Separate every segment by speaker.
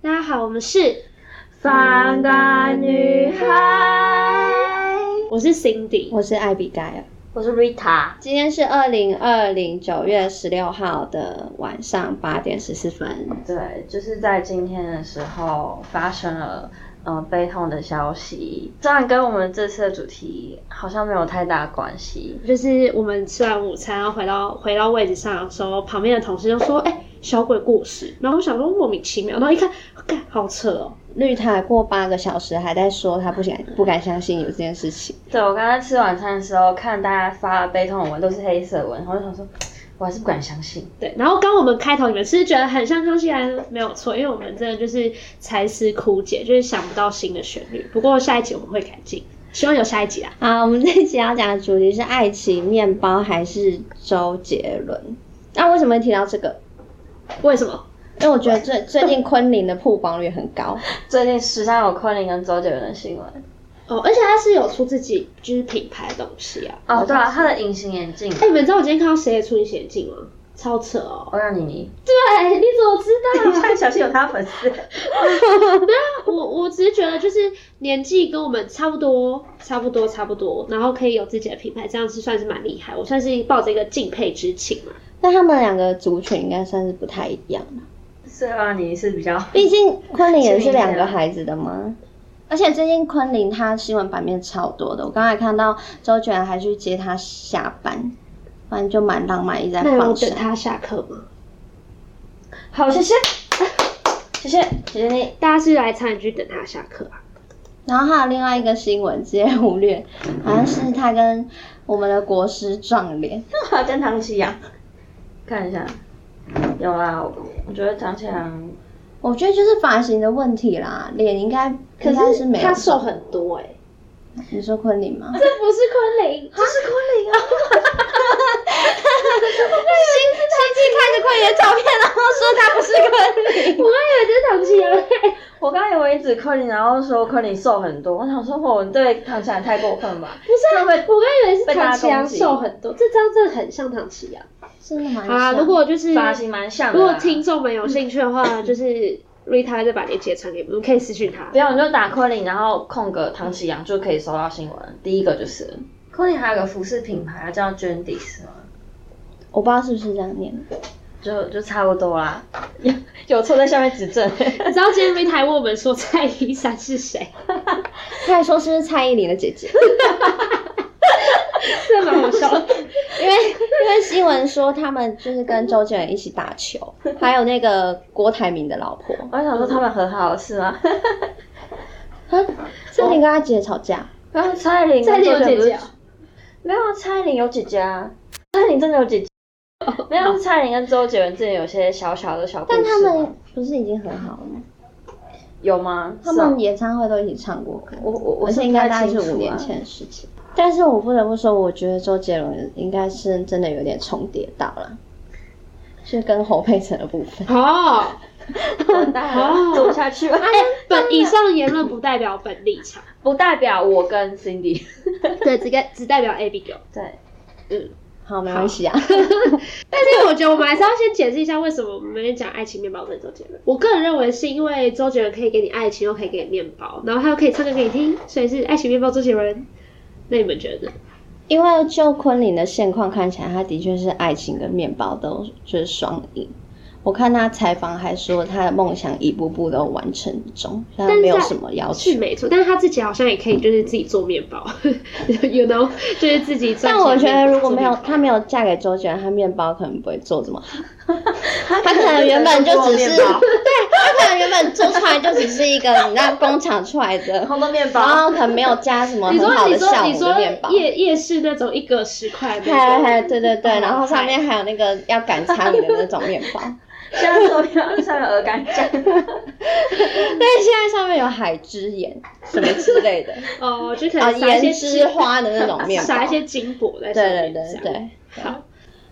Speaker 1: 大家好，我们是，
Speaker 2: 三个女孩，
Speaker 1: 我是 Cindy，
Speaker 3: 我是艾比盖尔。
Speaker 2: 我是 Rita，
Speaker 3: 今天是二零二零九月十六号的晚上八点十四分。
Speaker 2: 对，就是在今天的时候发生了呃悲痛的消息，虽然跟我们这次的主题好像没有太大关系，
Speaker 1: 就是我们吃完午餐，然后回到回到位置上的时候，旁边的同事就说：“哎、小鬼过世。”然后我想说莫名其妙，然后一看，干好扯哦，
Speaker 3: 绿塔过八个小时还在说他不敢不敢相信有这件事情。
Speaker 2: 对我刚才吃晚餐的时候看大家发的悲痛的文都是黑色文，然后我就想说，嗯我还是不敢相信。
Speaker 1: 对。然后刚我们开头，你们是不是觉得很像康熙来了？没有错，因为我们真的就是才思枯竭，就是想不到新的旋律。不过下一集我们会改进，希望有下一集啊。
Speaker 3: 好，我们这一集要讲的主题是爱情、面包还是周杰伦？那、为什么会提到这个？
Speaker 1: 为什么？
Speaker 3: 因为我觉得 最最近昆凌的曝光率很 高，
Speaker 2: 最近时尚有昆凌跟周杰伦的新闻
Speaker 1: 哦，而且他是有出自己就是品牌的东西啊。
Speaker 2: 哦，对啊，他的隐形眼镜，
Speaker 1: 哎、你们知道我今天看到谁的出隐形眼镜吗？超扯哦！
Speaker 2: 我让你 你，
Speaker 1: 对，你怎么知 道？啊
Speaker 2: 小心有他粉丝。
Speaker 1: 我我只是觉得，就是年纪跟我们差不多，差不多，差不多，然后可以有自己的品牌，这样是算是蛮厉害。我算是抱着一个敬佩之情啊嘛。
Speaker 3: 但他们两个族群应该算是不太一样。
Speaker 2: 是让你是比较，
Speaker 3: 毕竟昆凌也是两个孩子的嘛。啊而且最近昆凌她新闻版面超多的，我刚才看到周杰伦还去接她下班，反正就蛮浪漫，一直在
Speaker 1: 那有
Speaker 3: 放
Speaker 1: 等
Speaker 3: 生。
Speaker 1: 他下课吗？
Speaker 2: 好，谢谢，谢谢，谢谢你。
Speaker 1: 大家是来餐饮区等他下课啊？
Speaker 3: 然后还有另外一个新闻直接忽略，好像是她跟我们的国师撞脸，
Speaker 2: 跟唐启阳，看一下，有啦，我我觉得唐启阳，
Speaker 3: 我觉得就是发型的问题啦，脸应该应该是没有
Speaker 1: 他瘦
Speaker 3: 撞。
Speaker 1: 很多哎、
Speaker 3: 你说昆凌吗？
Speaker 1: 这不是昆凌，这是昆凌啊！
Speaker 3: 心心机看着昆凌的照片，然后说她不是昆 凌。
Speaker 1: 我以为这是唐启阳欸
Speaker 2: 我刚以为你指昆凌，然后说昆凌瘦很多，我想说我对唐启阳太过分吧？
Speaker 1: 不是、啊，我刚以为是
Speaker 2: 被大家
Speaker 1: 唐启阳
Speaker 2: 攻击
Speaker 1: 瘦很多，这张真的很像唐启阳。
Speaker 3: 真的蛮
Speaker 1: 好啦，
Speaker 3: 像
Speaker 1: 如果就是
Speaker 2: 发型蛮像的
Speaker 1: 如
Speaker 2: 啦。
Speaker 1: 果听众们有兴趣的 话，就是 Rita 再把链接传给我们，可以私讯他
Speaker 2: 不。要，你就打昆凌，然后空格唐启阳就可以收到新闻。第一个就是昆凌还有个服饰品牌叫 Jendy 是吗？
Speaker 3: 我不知道是不是这样念。
Speaker 2: 就就差不多啦，有 有错在下面指正。
Speaker 1: 你知道今天 Rita 还问我们说蔡依珊是谁，
Speaker 3: 他还说是不是蔡依林的姐姐？
Speaker 1: 这蛮好笑的。
Speaker 3: 因为因为新闻说他们就是跟周杰伦一起打 球，还有那个郭台铭的老婆，
Speaker 2: 我还想说他们和好了是吗？
Speaker 3: 啊是你跟他姐吵架？
Speaker 2: 然后蔡依林
Speaker 1: 蔡依林
Speaker 2: 跟周
Speaker 1: 有
Speaker 2: 杰伦
Speaker 1: 姐
Speaker 2: 不
Speaker 1: 姐
Speaker 2: 是
Speaker 1: 啊，
Speaker 2: 没有啊，蔡依林有姐姐啊，蔡依林真的有姐姐。没有，蔡依林跟周杰伦之间有些小小的小故事
Speaker 3: 但
Speaker 2: 嘛。
Speaker 3: 他们不是已经和好了吗？
Speaker 2: 有吗？
Speaker 3: 他
Speaker 2: 是哦
Speaker 3: 们演唱会都一起唱过歌，
Speaker 2: 我我我
Speaker 3: 而
Speaker 2: 是
Speaker 3: 且
Speaker 2: 不
Speaker 3: 应该
Speaker 2: 太
Speaker 3: 大概
Speaker 2: 清
Speaker 3: 是
Speaker 2: 楚
Speaker 3: 五年
Speaker 2: 啊
Speaker 3: 前的事情。但是我不得不说，我觉得周杰伦应该是真的有点重叠到了，就跟侯佩岑的部分。
Speaker 1: 哦，
Speaker 2: 完蛋
Speaker 1: 哦
Speaker 2: 了，做不下去了。
Speaker 1: 本以上言论不代表本立 场，
Speaker 2: 不代表我跟 Cindy。
Speaker 1: 对，只代只代表 Abigail。
Speaker 2: 对，
Speaker 3: 好，没关系啊。
Speaker 1: 但是我觉得我们还是要先解释一下为什么我们要讲爱情面包跟周杰伦。我个人认为是因为周杰伦可以给你爱情，又可以给你面包，然后他又可以唱歌给你听，所以是爱情面包周杰伦。那你们觉得呢？
Speaker 3: 因为就昆凌的现况看起来，她的确是爱情跟面包都就是双赢。我看她采访还说，她的梦想一步步都完成中，她
Speaker 1: 但是
Speaker 3: 没有
Speaker 1: 她
Speaker 3: 什么要
Speaker 1: 是
Speaker 3: 求。
Speaker 1: 没错，但是他自己好像也可以，就是自己做面包 ，you know，就是自己赚钱。
Speaker 3: 但我觉得如果没有
Speaker 1: 做面包
Speaker 3: 她没有嫁给周杰伦，她面包可能不会做这么好。
Speaker 2: 他
Speaker 3: 她可能原本就只是，
Speaker 2: 面
Speaker 3: 对，
Speaker 2: 包，
Speaker 3: 她可能原本做出来就只是一个你知道工厂出来的，
Speaker 2: 红豆面
Speaker 3: 然
Speaker 2: 包。
Speaker 3: 后可能没有加什么
Speaker 1: 你
Speaker 3: 很
Speaker 1: 说
Speaker 3: 好
Speaker 1: 你
Speaker 3: 的
Speaker 1: 说
Speaker 3: 酵
Speaker 1: 你
Speaker 3: 母的面
Speaker 1: 说
Speaker 3: 包。
Speaker 1: 夜夜市那种一个十块的那
Speaker 3: 嗨
Speaker 1: 种，
Speaker 3: 嗨，对对对，
Speaker 1: 哦
Speaker 3: 然后上
Speaker 1: 嗨
Speaker 3: 面还有那个要赶差你的那种面包。
Speaker 2: 现在做面包上面鹅肝酱，
Speaker 3: 但是现在上面有海之盐什么之类 的，
Speaker 1: 哦，就可
Speaker 3: 啊，
Speaker 1: 能撒一
Speaker 3: 盐
Speaker 1: 些
Speaker 3: 之花的那种面包。
Speaker 1: 撒一些金箔在上
Speaker 3: 对对
Speaker 1: 面，
Speaker 3: 对
Speaker 1: 这样。
Speaker 3: 对，
Speaker 1: 好，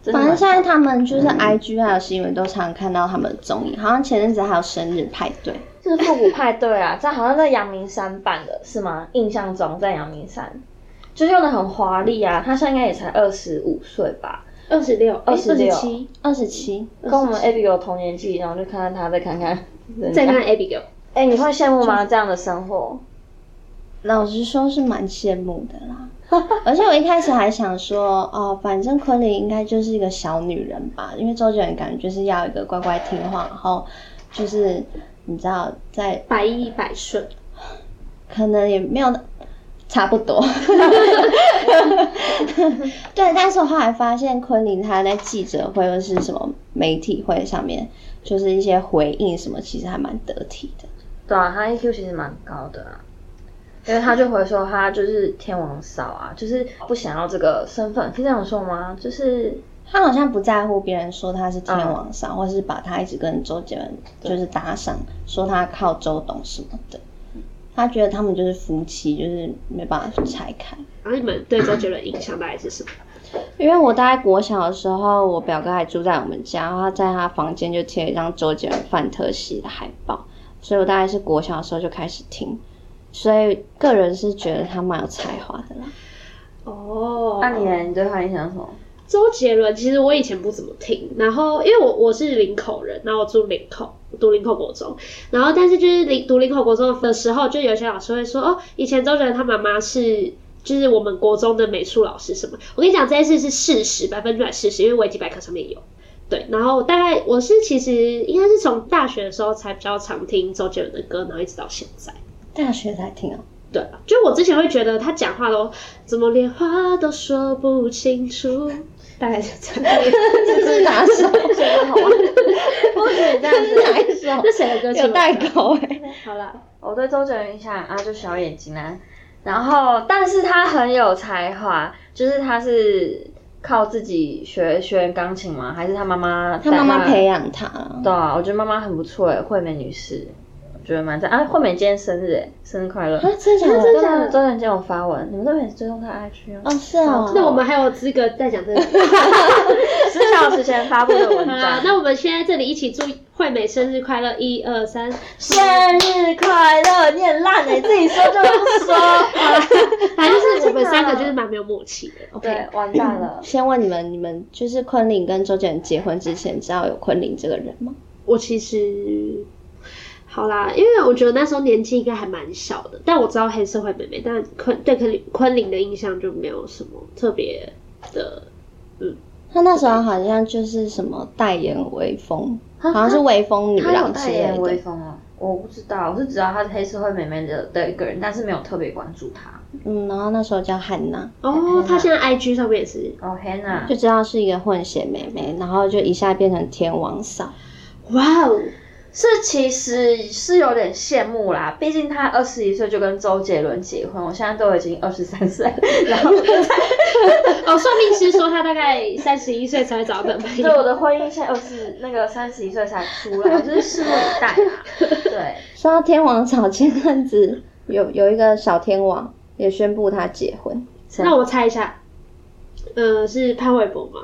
Speaker 2: 真的
Speaker 3: 反
Speaker 2: 蛮
Speaker 3: 正现在他们就是 IG 还有新闻都常看到他们的踪影，好像前阵子还有生日派对。
Speaker 2: 这是复古派对啊，这好像在阳明山办的是吗？印象中在阳明山，就是用的很华丽啊。他现在应该也才二十五岁吧，
Speaker 1: 二十六、二十
Speaker 2: 26
Speaker 1: 七，
Speaker 3: 二十七，
Speaker 2: 跟我们 Abigail 同年纪，然后就看看他，再看看人
Speaker 1: 再
Speaker 2: 家。
Speaker 1: 看 Abigail。
Speaker 2: 哎、你会羡慕吗？这样的生活？
Speaker 3: 老实说是蛮羡慕的啦。而且我一开始还想说，哦，反正昆凌应该就是一个小女人吧，因为周杰伦感觉就是要一个乖乖听话，然后就是你知道，在
Speaker 1: 百依百顺，
Speaker 3: 可能也没有那差不多。 对，但是我后来发现昆凌她在记者会或是什么媒体会上面，就是一些回应什么，其实还蛮得体的。
Speaker 2: 对啊，他 EQ 其实蛮高的啊，因为他就回说他就是天王嫂啊，就是不想要这个身份，是这样说吗？就是
Speaker 3: 她好像不在乎别人说她是天王嫂，或是把她一直跟周杰伦就是打赏，说她靠周董什么的。她觉得他们就是夫妻，就是没办法拆开。
Speaker 1: 然后你们对周杰伦影响大概是什么？
Speaker 3: 因为我大概国小的时候，我表哥还住在我们家，然后他在他房间就贴了一张周杰伦范特西的海报，所以我大概是国小的时候就开始听，所以个人是觉得他蛮有才华的啦。
Speaker 1: 哦，
Speaker 2: 那、你呢？你对他印象是什么？
Speaker 1: 周杰伦其实我以前不怎么听，然后因为我我是林口人，然后我住林口，读林口国中，然后但是就是林读林口国中的时候，就有些老师会说，哦，以前周杰伦他妈妈是。就是我们国中的美术老师什么，我跟你讲这件事是事实，百分之百事实，因为维基百科上面有。对，然后大概我是其实应该是从大学的时候才比较常听周杰伦的歌，然后一直到现在。
Speaker 3: 大学才听哦、
Speaker 1: 对啊，就我之前会觉得他讲话都怎么连话都说不清楚，大概是这 样。
Speaker 3: 这是哪首？啊
Speaker 2: 好玩，我觉得这样子。
Speaker 3: 哪一首？
Speaker 1: 这谁的歌？
Speaker 3: 有代沟 哎、
Speaker 1: 好啦，
Speaker 2: 我对周杰伦印象啊，就小眼睛啊，然后但是他很有才华，就是他是靠自己学学钢琴吗？还是他妈妈？啊
Speaker 3: 他妈妈培。养他啦。
Speaker 2: 对啊，我觉得妈妈很不错诶，惠美女士，我觉得蛮赞啊。惠美今天生日诶，生日快乐！
Speaker 3: 啊，真的假
Speaker 2: 真的，
Speaker 3: 的？
Speaker 2: 周杰伦今天有发文，你们都没追踪他 IG 吗？
Speaker 3: 哦，是哦。
Speaker 1: 那我 们还有资格再讲这个？
Speaker 2: 十小时前发布的文
Speaker 1: 好啦
Speaker 2: 章，。
Speaker 1: 那我们先在这里一起祝惠美生日快乐！一二 三，
Speaker 2: 生日快乐！你很烂诶，欸自己说就不 说。
Speaker 1: 反正就是我们三个就是蛮没有默契的。OK，
Speaker 2: 对，完蛋 了。
Speaker 3: 先问你们，你们就是昆凌跟周杰伦结婚之前，知道有昆凌这个人吗？
Speaker 1: 我其实。好啦，因为我觉得那时候年纪应该还蛮小的，但我知道黑社会妹妹，但昆对昆凌昆凌的印象就没有什么特别的
Speaker 3: 他那时候好像就是什么代言微风，好像是微风女
Speaker 2: 她啊有
Speaker 3: 郎之
Speaker 2: 代
Speaker 3: 类
Speaker 2: 言微
Speaker 3: 的。
Speaker 2: 风哦，我不知道，我是知道她是黑社会妹妹的的一个人，但是没有特别关注她。
Speaker 3: 嗯，然后那时候叫汉娜，
Speaker 1: 哦。她现在 IG 上面也是，
Speaker 2: 哦
Speaker 3: 就
Speaker 2: ，Hannah，
Speaker 3: 知道是一个混血妹妹，然后就一下变成天王嫂。
Speaker 1: 哇哦，
Speaker 2: 是其实是有点羡慕啦，毕竟她二十一岁就跟周杰伦结婚，我现在都已经二十三岁 了，然后
Speaker 1: 哦，算命师说她大概三十一岁才会找到男朋
Speaker 2: 对我
Speaker 1: 友。
Speaker 2: 的婚姻现在二十那个三十一岁才出 来，就是拭目以待啊。对，
Speaker 3: 说到天王嫂，前阵子有有一个小天王也宣布他结婚，
Speaker 1: 那我猜一下，呃，是潘玮柏吗？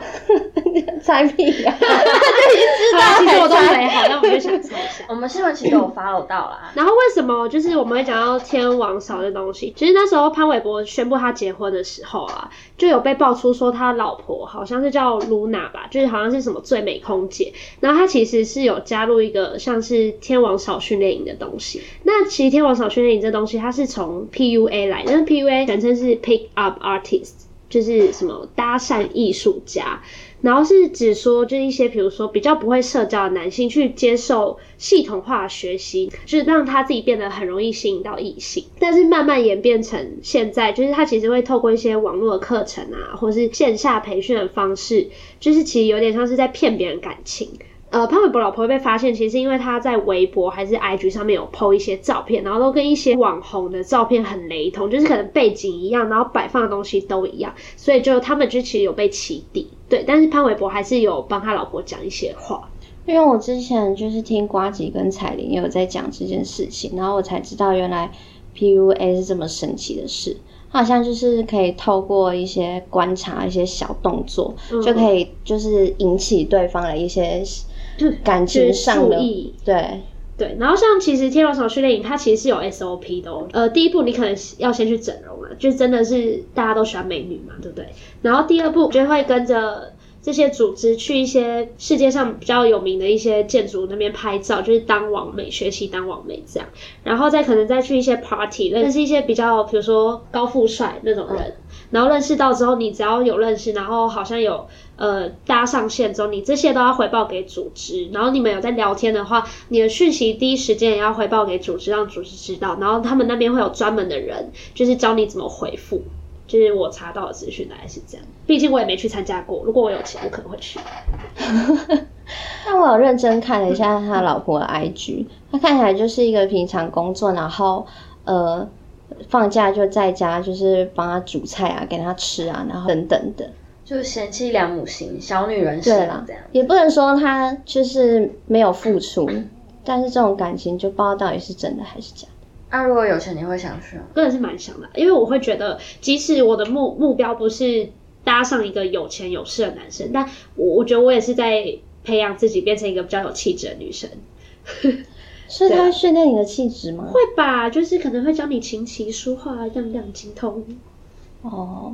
Speaker 3: 猜屁呀、
Speaker 1: 啊，其实我都没好，那我就想猜一下。
Speaker 2: 我们新闻其实有 follow 到啦，
Speaker 1: 然后为什么就是我们会讲到天王嫂这东西？其实那时候潘玮柏宣布他结婚的时候啊，就有被爆出说他老婆好像是叫露娜吧，就是好像是什么最美空姐。然后他其实是有加入一个像是天王嫂训练营的东西。那其实天王嫂训练营这东西，它是从 PUA 来，但是 PUA 全称是 Pick Up Artist，就是什么搭讪艺术家。然后是指说，就是一些比如说比较不会社交的男性去接受系统化的学习，就是让他自己变得很容易吸引到异性。但是慢慢演变成现在，就是他其实会透过一些网络的课程啊，或是线下培训的方式，就是其实有点像是在骗别人感情。呃，潘玮柏老婆被发现，其实是因为他在微博还是 IG 上面有 PO 一些照片，然后都跟一些网红的照片很雷同，就是可能背景一样，然后摆放的东西都一样，所以就他们就其实有被起底，对。但是潘玮柏还是有帮他老婆讲一些话，
Speaker 3: 因为我之前就是听瓜吉跟彩铃也有在讲这件事情，然后我才知道原来 PUA 是这么神奇的事。它好像就是可以透过一些观察、一些小动作，
Speaker 1: 嗯
Speaker 3: 就可以就是引起对方的一些
Speaker 1: 就
Speaker 3: 感情上
Speaker 1: 就是注
Speaker 3: 的
Speaker 1: 意
Speaker 3: 对。
Speaker 1: 对，然后像其实天王嫂训练营，它其实是有 SOP 的哦。呃，第一步你可能要先去整容了，就真的是大家都喜欢美女嘛，对不对？然后第二步就会跟着这些组织去一些世界上比较有名的一些建筑那边拍照，就是当网美，学习当网美这样。然后再可能再去一些 party，认识一些比较，比如说高富帅那种人。然后认识到之后，你只要有认识，然后好像有呃搭上线之后，你这些都要回报给组织。然后你们有在聊天的话，你的讯息第一时间也要回报给组织，让组织知道。然后他们那边会有专门的人，就是教你怎么回复。就是我查到的资讯大概是这样，毕竟我也没去参加过。如果我有钱，我可能会去。
Speaker 3: 但我有认真看了一下他老婆的 IG，他看起来就是一个平常工作，然后呃放假就在家，就是帮他煮菜啊，给他吃啊，然后等等的。
Speaker 2: 就贤妻良母型小女人型
Speaker 3: 对啦
Speaker 2: 这样，，
Speaker 3: 也不能说他就是没有付出，但是这种感情就不知道到底是真的还是假的。
Speaker 2: 那、如果有钱，你会想去吗？
Speaker 1: 个人是蛮想的，因为我会觉得，即使我的目目标不是搭上一个有钱有势的男生，但我我觉得我也是在培养自己变成一个比较有气质的女生。
Speaker 3: 所以他会训练你的气质吗？
Speaker 1: 会吧，就是可能会教你琴棋书画样样精通。
Speaker 3: 哦，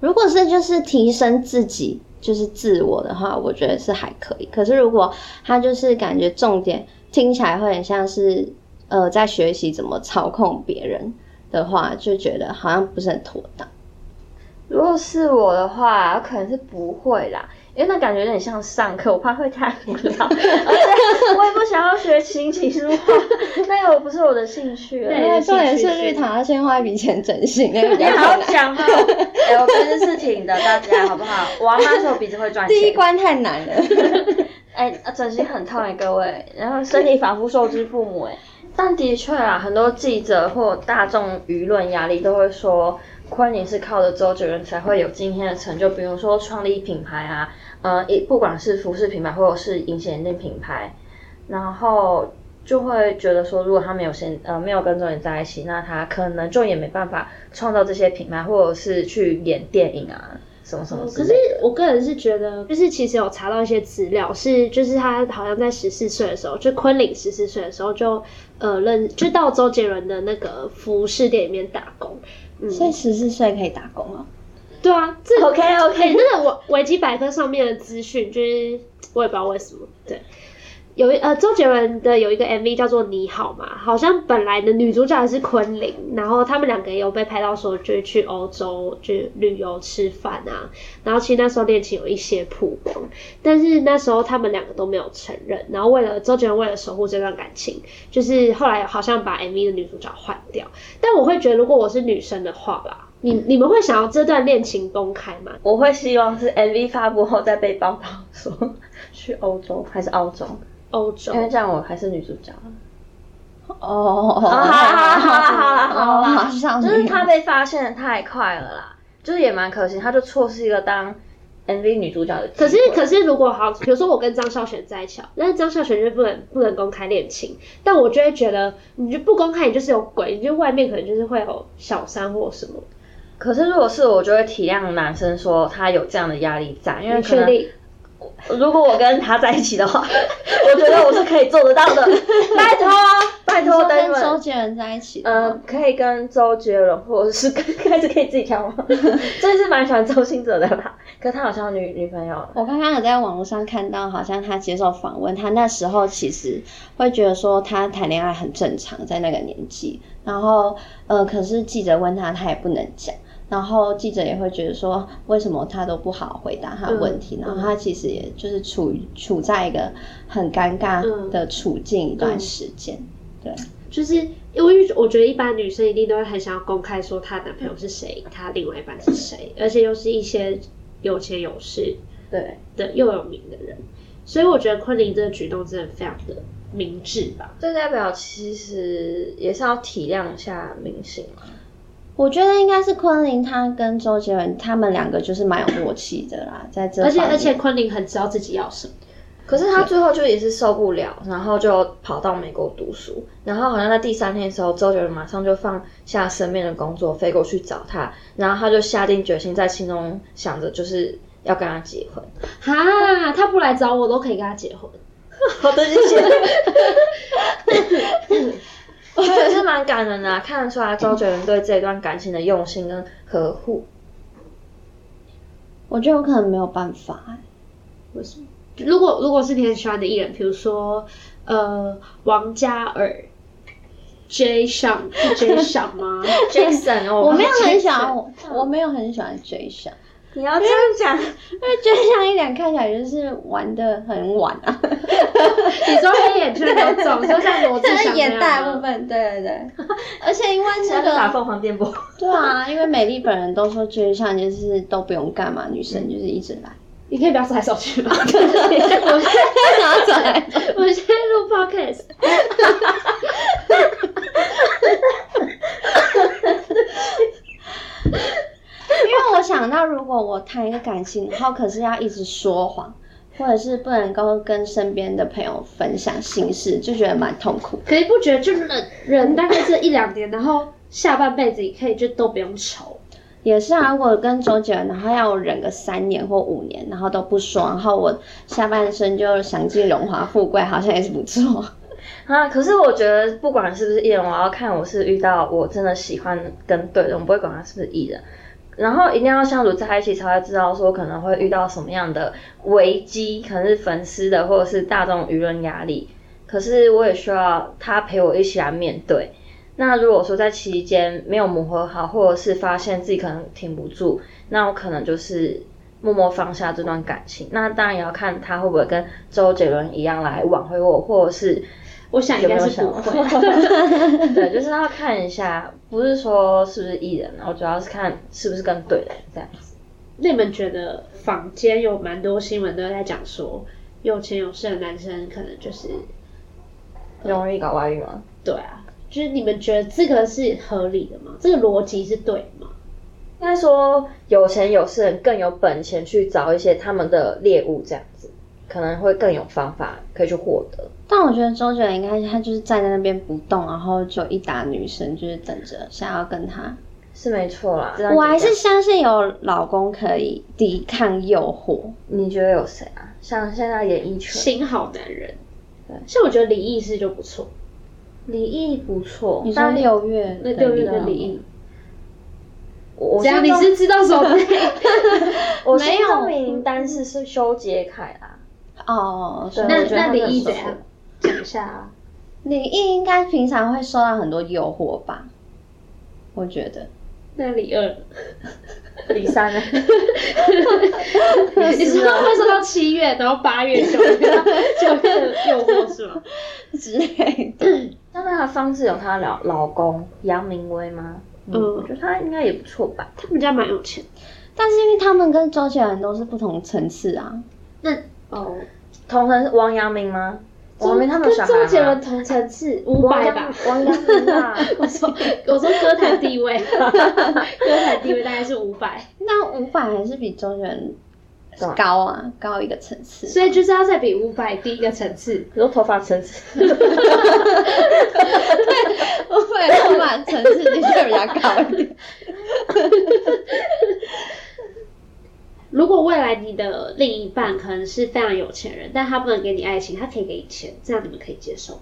Speaker 3: 如果是就是提升自己，就是自我的话，我觉得是还可以。可是如果他就是感觉重点听起来会很像是呃在学习怎么操控别人的话，就觉得好像不是很妥当。
Speaker 2: 如果是我的话，可能是不会啦，因为那感觉有点像上课，我怕会太无 聊，而且我也不想要学琴棋书画，那个不是我的兴趣。
Speaker 1: 对
Speaker 2: 我
Speaker 3: 因
Speaker 2: 的
Speaker 3: 为
Speaker 2: 兴
Speaker 3: 重
Speaker 2: 趣
Speaker 3: 点是绿塔，要先花一笔钱整形，哎那个比
Speaker 2: 你
Speaker 3: 较
Speaker 2: 好
Speaker 3: 好
Speaker 2: 好
Speaker 3: 难。
Speaker 2: 讲吧， 哎、我鼻子是挺的，大家好不好？我阿妈说我鼻子会赚 钱。
Speaker 3: 第一关太难了。
Speaker 2: 哎、啊整形很痛哎、各位，然后身体仿佛受之父母哎、但的确啊，很多记者或大众舆论压力都会说，昆凌是靠着周杰伦才会有今天的成就，比如说创立品牌啊，呃，一不管是服饰品牌或者是隐形眼镜品牌，然后就会觉得说，如果他没有先呃没有跟周杰伦在一起，那他可能就也没办法创造这些品牌，或者是去演电影啊，什么什么之
Speaker 1: 哦可
Speaker 2: 类
Speaker 1: 是
Speaker 2: 的。
Speaker 1: 我个人是觉得，就是其实有查到一些资料，是就是他好像在十四岁的时候，就昆凌十四岁的时候就呃认就到周杰伦的那个服饰店里面打工。嗯，
Speaker 3: 所以十四岁可以打工哦。
Speaker 1: 对啊，这
Speaker 2: OK OK，
Speaker 1: 哎、那个维维基百科上面的资讯，就是我也不知道为什么，对。有一呃，周杰伦的有一个 MV 叫做《你好嘛》，好像本来的女主角也是昆凌，然后他们两个也有被拍到说就是去欧洲去旅游吃饭啊，然后其实那时候恋情有一些曝光，但是那时候他们两个都没有承认，然后为了周杰伦为了守护这段感情，就是后来好像把 MV 的女主角换掉，但我会觉得如果我是女生的话啦，你
Speaker 2: 嗯
Speaker 1: 你们会想要这段恋情公开吗？
Speaker 2: 我会希望是 MV 发布后再被报道说去欧洲还是澳洲，
Speaker 1: 欧洲
Speaker 2: 因为这样我还是女主角。
Speaker 3: 哦，好啊
Speaker 2: 好啦好啦好啦好啦
Speaker 3: 马上
Speaker 2: 就是她被发现的太快了啦，就是也蛮可惜，她就错失一个当 MV 女主角的机
Speaker 1: 可
Speaker 2: 会。
Speaker 1: 是，可是，如果好，比如说我跟张孝全在一起好，但是张孝全就不能不能公开恋情，但我就会觉得，你就不公开，你就是有鬼，你就外面可能就是会有小三或什么，
Speaker 2: 可是如果是我，就会体谅男生说他有这样的压力在，因为
Speaker 1: 你
Speaker 2: 可
Speaker 1: 确
Speaker 2: 能
Speaker 1: 定？
Speaker 2: 如果我跟他在一起的话， 我觉得我是可以做得到的。拜托，拜
Speaker 3: 你
Speaker 2: 托，
Speaker 3: 说
Speaker 2: 等你
Speaker 3: 跟周
Speaker 2: 们。
Speaker 3: 杰伦在一起，
Speaker 2: 呃，可以跟周杰伦，或者是 跟开始可以自己挑 吗？真是蛮喜欢周星哲的啦，可他好像有女女朋友了。
Speaker 3: 我刚刚有在网络上看到，好像他接受访问，他那时候其实会觉得说他谈恋爱很正常，在那个年纪。然后，呃，可是记者问他，他也不能讲。然后记者也会觉得说，为什么他都不好回答他的问题？
Speaker 1: 嗯
Speaker 3: 然后他其实也就是处于处在一个很尴尬的处境一段时间。
Speaker 1: 就是因为我觉得一般女生一定都会很想要公开说她男朋友是谁，她另外一半是谁，而且又是一些有钱有势
Speaker 2: 对，
Speaker 1: 的又有名的人，所以我觉得昆凌这个举动真的非常的明智吧。
Speaker 2: 这代表其实也是要体谅一下明星嘛。
Speaker 3: 我觉得应该是昆凌他跟周杰伦他们两个就是蛮有默契的啦，在这
Speaker 1: 而且
Speaker 3: 方面
Speaker 1: 而且昆凌很知道自己要什么，
Speaker 2: 可是他最后就也是受不了，然后就跑到美国读书。然后好像在第三天的时候，周杰伦马上就放下身边的工作，飞过去找他。然后他就下定决心，在心中想着就是要跟他结婚。
Speaker 1: 哈，他不来找我都可以跟他结婚。
Speaker 2: 好的，谢谢。 我觉得是蛮感人的啊、看得出来周杰伦对这段感情的用心跟呵护。
Speaker 3: 我觉得我可能没有办法欸、
Speaker 1: 为什么？如果如果是你很喜欢的艺人，比如说呃王嘉尔、J 上是 J 上 吗？
Speaker 2: Jason，哦
Speaker 3: 我没有很喜欢，我我没有很喜欢追想，
Speaker 2: 你要这样讲，
Speaker 3: 因为追想一脸看起来就是玩的很晚 啊，
Speaker 1: 你说黑眼圈有肿，就像罗志
Speaker 3: 这
Speaker 1: 祥
Speaker 3: 是眼
Speaker 1: 那
Speaker 3: 袋
Speaker 1: 样
Speaker 3: 的部
Speaker 1: 吗。
Speaker 3: 分，对对对，而且因为这
Speaker 2: 他就打
Speaker 3: 个，
Speaker 2: 凤凰电波。
Speaker 3: 对 啊，因为美丽本人都说追想就是都不用干嘛，女生就是一直来，
Speaker 1: 你可以不要扫来扫去吗？ 我现在
Speaker 3: 然后走来走
Speaker 1: 我现在录 podcast，
Speaker 3: 因为我想到，如果我谈一个感情，然后可是要一直说谎，或者是不能够跟身边的朋友分享心事，就觉得蛮痛苦。
Speaker 1: 可是不觉得就人人大概这一两年，然后下半辈子你可以就都不用愁。
Speaker 3: 也是啊，我跟周杰伦，然后要我忍个三年或五年，然后都不说，然后我下半生就享尽荣华富贵，好像也是不错。
Speaker 2: 啊，可是我觉得不管是不是艺人，我要看我是遇到我真的喜欢跟对的，我不会管他是不是艺人。然后一定要相处在一起，才会知道说可能会遇到什么样的危机，可能是粉丝的或者是大众舆论压力。可是我也需要他陪我一起来面对。那如果说在期间没有磨合好，或者是发现自己可能挺不住，那我可能就是默默放下这段感情。那当然也要看他会不会跟周杰伦一样来挽回我，或者是
Speaker 1: 我想应该是不
Speaker 2: 有没有
Speaker 1: 会。
Speaker 2: 想过对，就是要看一下，不是说是不是艺人，然后主要是看是不是跟对人这样子。
Speaker 1: 那你们觉得坊间有蛮多新闻都在讲说，有钱有势的男生可能就是嗯
Speaker 2: 容易搞外遇吗？
Speaker 1: 对啊，就是你们觉得这个是合理的吗？这个逻辑是对的吗？
Speaker 2: 应该说有钱有势人更有本钱去找一些他们的猎物这样子，可能会更有方法可以去获得。
Speaker 3: 但我觉得周杰伦应该他就是站在那边不动，然后就一打女生就是等着想要跟他。
Speaker 2: 是没错啦，
Speaker 3: 我还是相信有老公可以抵抗诱惑。
Speaker 2: 你觉得有谁啊？像现在演艺圈，
Speaker 1: 新好男人
Speaker 2: 对，
Speaker 1: 像我觉得李毅是就不错，
Speaker 2: 李毅不错
Speaker 3: 你，说六月
Speaker 1: 那
Speaker 3: 的
Speaker 1: 六月
Speaker 3: 那
Speaker 1: 的
Speaker 3: 个
Speaker 1: 李毅，
Speaker 2: 我我
Speaker 1: 只要
Speaker 2: 心
Speaker 1: 你
Speaker 2: 中
Speaker 1: 是知道什 么？
Speaker 2: 我
Speaker 3: 没
Speaker 2: 心
Speaker 3: 有
Speaker 2: 中名单是是修杰楷啦，
Speaker 3: 哦，所以
Speaker 1: 那
Speaker 3: 我觉得
Speaker 1: 那
Speaker 3: 他
Speaker 1: 李
Speaker 3: 们
Speaker 1: 毅
Speaker 3: 说
Speaker 1: 怎样？讲一下啊，
Speaker 3: 李毅应该平常会受到很多诱惑吧？我觉得，
Speaker 1: 那李二，
Speaker 2: 李三呢？
Speaker 1: 你是说会说到七月，然后八月、九 月、九月的诱惑是吗？
Speaker 3: 之类的。
Speaker 2: 那那方志勇她老老公杨明威吗？嗯，
Speaker 1: 嗯
Speaker 2: 我觉得他应该也不错吧。
Speaker 1: 他们家蛮有钱，
Speaker 3: 但是因为他们跟周杰伦都是不同层次啊，
Speaker 1: 那哦，
Speaker 2: 同城王阳明吗？王阳明他们有小
Speaker 1: 跟周杰
Speaker 2: 孩啊
Speaker 1: 伦
Speaker 2: 吗？
Speaker 1: 同层次五
Speaker 2: 王
Speaker 1: 百
Speaker 2: 阳
Speaker 1: 吧。
Speaker 2: 王阳明 啊，
Speaker 1: 我说我说歌坛地位， 歌坛地位大概是五百，
Speaker 3: 那伍佰还是比周杰伦
Speaker 2: 对啊
Speaker 3: 高啊，高一个层次。
Speaker 1: 所以就是要再比五百低一个层次。
Speaker 2: 你说头发层次，
Speaker 3: 伍佰后半层次的确比较高一点。
Speaker 1: 如果未来你的另一半可能是非常有钱人，但他不能给你爱情，他可以给你钱，这样你们可以接受吗？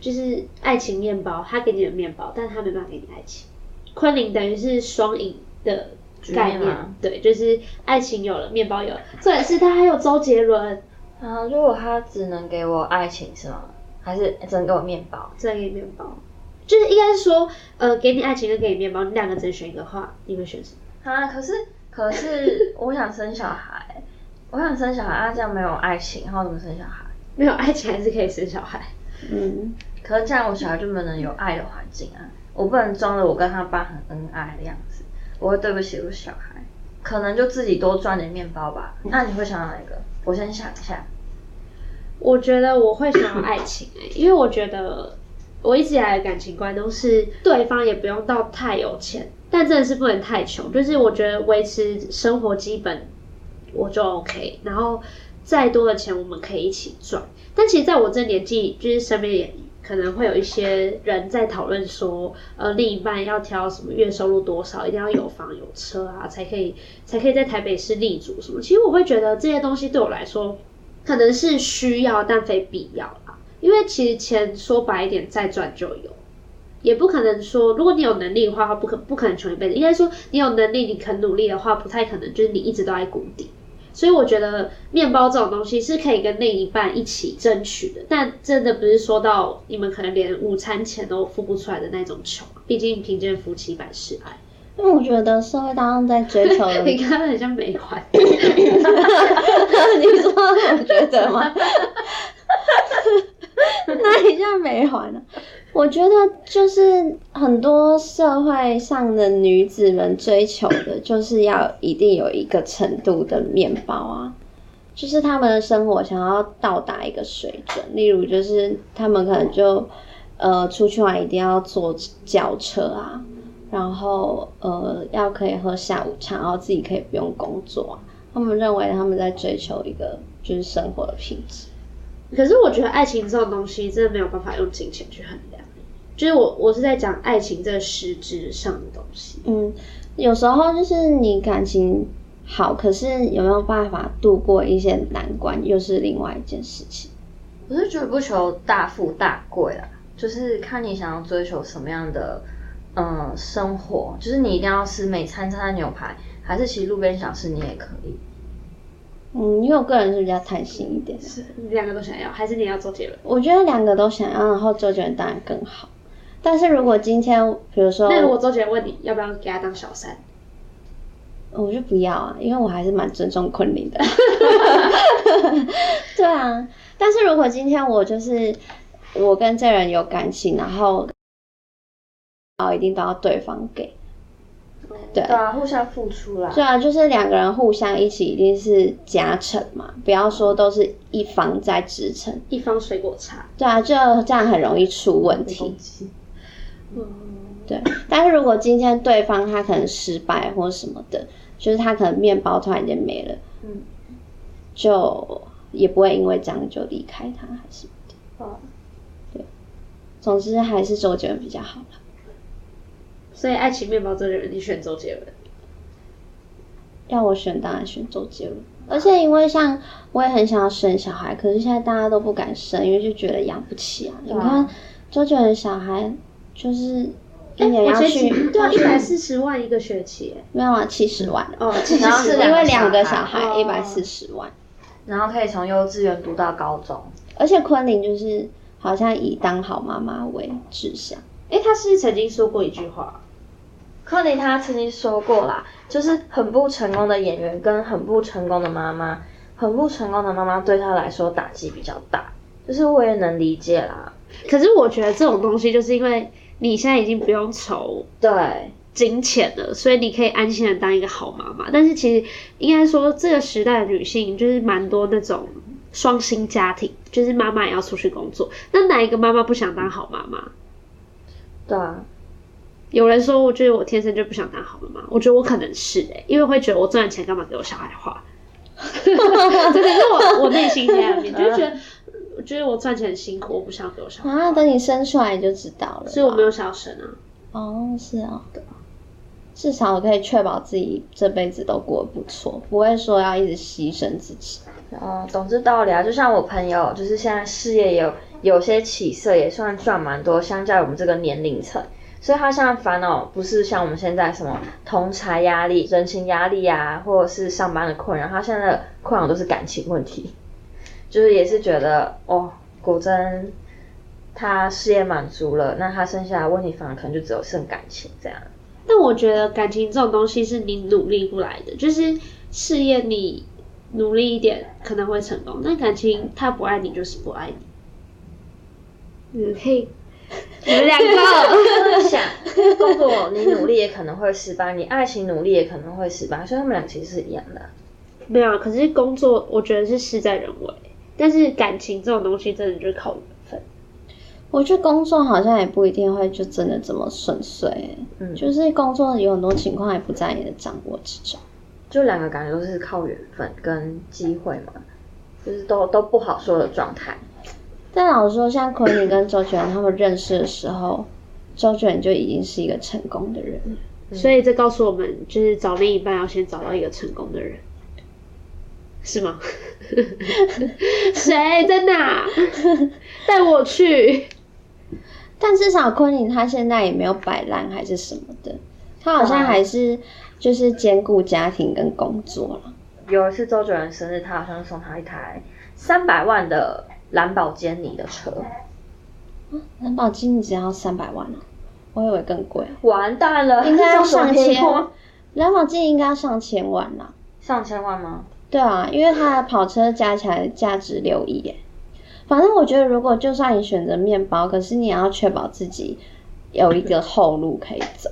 Speaker 1: 就是爱情面包，他给你的面包，但他没办法给你爱情。昆凌等于是双赢的概
Speaker 2: 局
Speaker 1: 念
Speaker 2: 面吗，
Speaker 1: 对，就是爱情有了，面包有了，重点是他还有周杰伦，
Speaker 2: 啊，如果他只能给我爱情是吗？还是只能给我面包？
Speaker 1: 只能给你面包。就是应该是说，呃，给你爱情跟给你面包，你两个只能选一个的话，你会选什么？
Speaker 2: 啊，可是可是我想生小孩，我想生小孩啊，这样没有爱情，然后怎么生小孩？
Speaker 1: 没有爱情还是可以生小孩。
Speaker 3: 嗯，
Speaker 2: 可是这样我小孩就不能有爱的环境啊，我不能装的我跟他爸很恩爱的样子，我会对不起我小孩，可能就自己多赚点面包吧。那你会想到哪个？我先想一下，
Speaker 1: 我觉得我会想要爱情、欸，因为我觉得我一直以来的感情观都是对方也不用到太有钱，但真的是不能太穷，就是我觉得维持生活基本我就 OK，然后再多的钱我们可以一起赚。但其实在我这年纪，就是身边也可能会有一些人在讨论说，呃，另一半要挑什么月收入多少，一定要有房有车啊，才可以才可以在台北市立足什么。其实我会觉得这些东西对我来说，可能是需要但非必要啦。因为其实钱说白一点，再赚就有。也不可能说，如果你有能力的话，不可不可能穷一辈子。应该说，你有能力，你肯努力的话，不太可能就是你一直都在谷底。所以我觉得面包这种东西是可以跟另一半一起争取的，但真的不是说到你们可能连午餐钱都付不出来的那种穷，毕竟贫贱夫妻百事哀。
Speaker 3: 因为我觉得社会大众在追求
Speaker 1: 你看他很像美环，
Speaker 3: 你说我觉得吗？ 那一下没还呢、我觉得就是很多社会上的女子们追求的，就是要一定有一个程度的面包啊，就是她们的生活想要到达一个水准。例如，就是她们可能就呃出去玩一定要坐轿车啊，然后呃要可以喝下午茶，然后自己可以不用工作啊。他们认为他们在追求一个就是生活的品质。
Speaker 1: 可是我觉得爱情这种东西真的没有办法用金钱去衡量，就是我我是在讲爱情这个实质上的东西。
Speaker 3: 嗯，有时候就是你感情好，可是有没有办法度过一些难关，又是另外一件事情。
Speaker 2: 我是觉得不求大富大贵啦，就是看你想要追求什么样的嗯生活，就是你一定要吃每餐餐餐牛排，还是其实路边小吃你也可以。
Speaker 3: 嗯，因为我个人是比较贪心一点的，
Speaker 1: 你两个都想要，还是你要周杰伦？
Speaker 3: 我觉得两个都想要，然后周杰伦当然更好。但是如果今天，比如说，
Speaker 1: 那如果周杰伦问你要不要给他当小三，
Speaker 3: 我就不要啊，因为我还是蛮尊重昆凌的。 对啊，但是如果今天我就是我跟这人有感情，然后哦一定都要对方给，对
Speaker 2: 对啊，互相付出啦。
Speaker 3: 对啊，就是两个人互相一起一定是加成嘛，不要说都是一方在支撑。
Speaker 1: 一方水果茶，
Speaker 3: 对啊，就这样很容易出问题。
Speaker 1: 嗯，
Speaker 3: 对，但是如果今天对方他可能失败或什么的，就是他可能面包突然间没了，
Speaker 1: 嗯，
Speaker 3: 就也不会因为这样就离开他还是什么的。
Speaker 1: 哦，
Speaker 3: 总之还是周杰伦比较好啦，
Speaker 1: 所以爱情面包周杰伦，你选周杰伦，
Speaker 3: 要我选当然选周杰伦。而且因为像我也很想要生小孩，可是现在大家都不敢生，因为就觉得养不起啊。你
Speaker 2: 啊
Speaker 3: 看周杰伦的小孩就是一年
Speaker 1: 我
Speaker 3: 要
Speaker 1: 学
Speaker 3: 去
Speaker 1: 期对啊，一百四十万一个学期，哎
Speaker 3: 没有啊七十万
Speaker 1: 哦，其实
Speaker 2: 然后
Speaker 1: 是
Speaker 2: 你
Speaker 3: 因
Speaker 1: 两
Speaker 3: 为
Speaker 1: 个
Speaker 3: 两个小
Speaker 2: 小
Speaker 1: 孩
Speaker 3: 孩一百
Speaker 1: 哦
Speaker 3: 四十万。
Speaker 2: 然后可以从幼稚园读到高中，
Speaker 3: 而且昆凌就是好像以当好妈妈为志向，
Speaker 1: 哎，他是不是曾经说过一句话，
Speaker 2: 克林他曾经说过啦，就是很不成功的演员跟很不成功的妈妈，很不成功的妈妈对他来说打击比较大，就是我也能理解啦。
Speaker 1: 可是我觉得这种东西就是因为你现在已经不用愁
Speaker 2: 对，
Speaker 1: 金钱了，所以你可以安心的当一个好妈妈。但是其实应该说，这个时代的女性就是蛮多那种双薪家庭，就是妈妈也要出去工作。那哪一个妈妈不想当好妈妈？
Speaker 2: 对啊，
Speaker 1: 有人说，我觉得我天生就不想当好妈妈。我觉得我可能是哎、因为会觉得我赚的钱干嘛给我小孩花？ 这个是我我内心黑暗面，就是觉得我觉得我赚钱很辛苦，我不想给我小孩花，
Speaker 3: 啊，等你生出来你就知道了吧。
Speaker 1: 所以我没有想要生啊。
Speaker 3: 哦，是哦，至少我可以确保自己这辈子都过得不错，不会说要一直牺牲自己。
Speaker 2: 然后总之道理啊，就像我朋友，就是现在事业也有有些起色，也算赚蛮多，相较于我们这个年龄层，所以他现在烦恼不是像我们现在什么同财压力、人情压力啊，或者是上班的困扰，他现在的困扰都是感情问题，就是也是觉得哦，果真他事业满足了，那他剩下的问题反而可能就只有剩感情这样。
Speaker 1: 但我觉得感情这种东西是你努力不来的，就是事业你努力一点可能会成功，但感情他不爱你就是不爱你。嗯，可以，你们两个
Speaker 2: 想工作你努力也可能会失败，你爱情努力也可能会失败，所以他们俩其实是一样的啊。
Speaker 1: 没有啊，可是工作我觉得是事在人为，但是感情这种东西真的就是靠缘分。
Speaker 3: 我觉得工作好像也不一定会就真的这么顺遂欸、
Speaker 2: 嗯
Speaker 3: 就是工作有很多情况也不在你的掌握之中。
Speaker 2: 就两个感觉都是靠缘分跟机会嘛，就是都都不好说的状态。
Speaker 3: 但老实说，像昆凌跟周杰伦他们认识的时候，周杰伦就已经是一个成功的人了。
Speaker 2: 嗯
Speaker 1: 所以这告诉我们，就是找另一半要先找到一个成功的人，是吗？ 谁在哪？ 带我去。
Speaker 3: 但至少昆凌她现在也没有摆烂还是什么的，她好像还是就是兼顾家庭跟工作了。
Speaker 2: 有一次周杰伦生日，他好像送他一台三百万的兰博基尼的车，
Speaker 3: 兰博基尼只要三百万哦、我以为更贵。啊
Speaker 2: 完蛋了，
Speaker 3: 应该要上
Speaker 2: 千
Speaker 3: 千，兰博基尼应该要上千万啦。
Speaker 2: 上千万吗？
Speaker 3: 对啊，因为它的跑车加起来价值六亿耶。反正我觉得，如果就算你选择面包，可是你也要确保自己有一个后路可以走，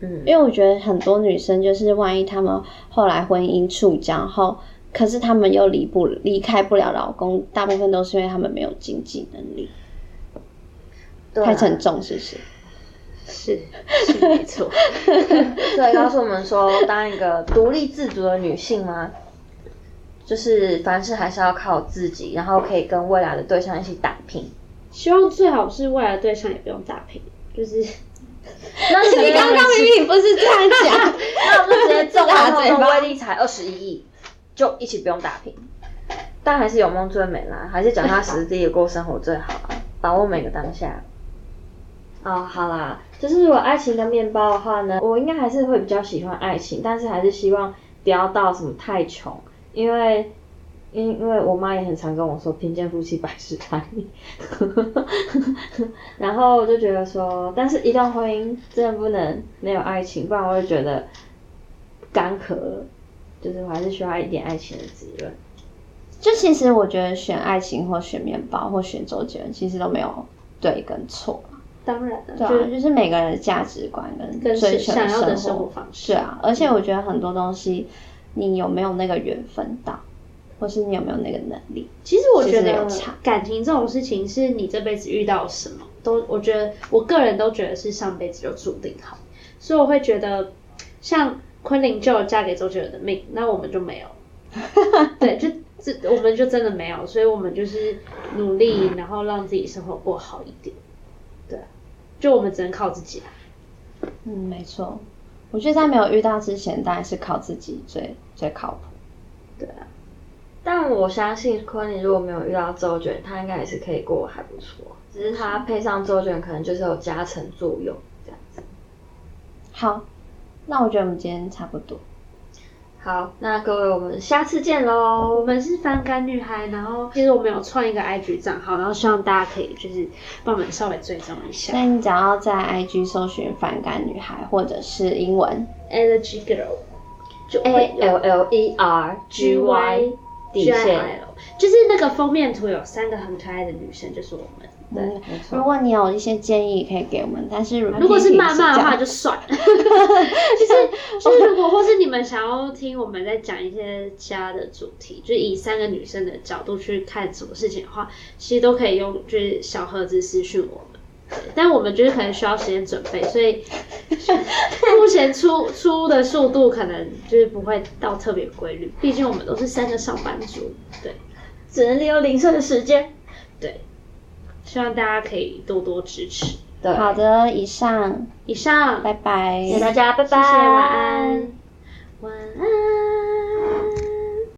Speaker 2: 嗯，
Speaker 3: 因为我觉得很多女生就是，万一她们后来婚姻触礁后，可是她们又离不离开不了老公，大部分都是因为她们没有经济能力，
Speaker 2: 对啊
Speaker 3: 太沉重，是不是？
Speaker 1: 是是没错，
Speaker 2: 所以告诉我们说，当一个独立自主的女性吗？就是凡事还是要靠自己，然后可以跟未来的对象一起打拼。
Speaker 1: 希望最好是未来的对象也不用打拼，就是
Speaker 2: 那你
Speaker 3: 哎 你刚刚明明不是这样讲，
Speaker 2: 那我们就直接中
Speaker 3: 大
Speaker 2: 了
Speaker 3: 嘴
Speaker 2: 中
Speaker 3: 巴
Speaker 2: 威力才二十一亿，就一起不用打拼。但还是有梦最美啦，还是脚踏实地的过生活最好啊， 把握每个当下。哦，好啦，就是如果爱情跟面包的话呢，我应该还是会比较喜欢爱情，但是还是希望不要到什么太穷，因为因因为我妈也很常跟我说贫贱夫妻百事哀，然后我就觉得说，但是一段婚姻真的不能没有爱情，不然我会觉得干咳了，就是我还是需要一点爱情的滋润。
Speaker 3: 就其实我觉得选爱情或选面包或选周杰伦，其实都没有对跟错。
Speaker 1: 当然了，
Speaker 3: 对啊，就是每个人的价值观跟
Speaker 1: 跟
Speaker 3: 追求
Speaker 1: 想想要的
Speaker 3: 生
Speaker 1: 生
Speaker 3: 活
Speaker 1: 活方
Speaker 3: 是
Speaker 1: 式嗯
Speaker 3: 啊，而且我觉得很多东西，你有没有那个缘分到，或是你有没有那个能力，
Speaker 1: 其实我觉
Speaker 3: 其实
Speaker 1: 得
Speaker 3: 有差
Speaker 1: 感情这种事情是你这辈子遇到什么都，我觉得我个人都觉得是上辈子就注定好，所以我会觉得像昆凌就有嫁给周杰伦的命，那我们就 没有，对，就这我们就真的没有，所以我们就是努力，然后让自己生活过好一点，对啊，就我们只能靠自己啊。
Speaker 3: 嗯，没错。我觉得在没有遇到之前，当然是靠自己最最靠谱。
Speaker 2: 但我相信昆凌如果没有遇到周卷，他应该也是可以过得还不错，只是他配上周卷可能就是有加成作用这样子。
Speaker 3: 好，那我觉得我们今天差不多。
Speaker 2: 好，那各位我们下次见喽，
Speaker 1: 我们是翻干女孩，然后其实我们有创一个 IG 账号，然后希望大家可以就是帮我们稍微追踪一下
Speaker 3: 那你只要在 IG 搜寻“反感女孩”或者是英文
Speaker 1: Energy Girl。
Speaker 2: 就 A L L E R G Y 底
Speaker 1: G I
Speaker 2: 线
Speaker 1: L，就是那个封面图有三个很可爱的女生，就是我们。
Speaker 2: 对
Speaker 3: 嗯
Speaker 2: 没错
Speaker 3: 如果你有一些建议，可以给我们。但是如
Speaker 1: 如果是
Speaker 3: 批评
Speaker 1: 谩骂
Speaker 3: 这
Speaker 1: 的
Speaker 3: 样
Speaker 1: 话就算了， 就是就是如果或是你们想要听我们在讲一些其他的主题，就以三个女生的角度去看什么事情的话，其实都可以用就是小盒子私讯我们。对但我们就是可能需要时间准备，所以 目前出出的速度可能就是不会到特别规律，毕竟我们都是三个上班族，对。
Speaker 2: 只能利用零碎的时间。
Speaker 1: 对，希望大家可以多多支持。
Speaker 2: 对，
Speaker 3: 好的，以上，
Speaker 1: 以上，
Speaker 3: 拜拜，
Speaker 2: 谢谢大家，拜拜，
Speaker 1: 谢谢，晚安。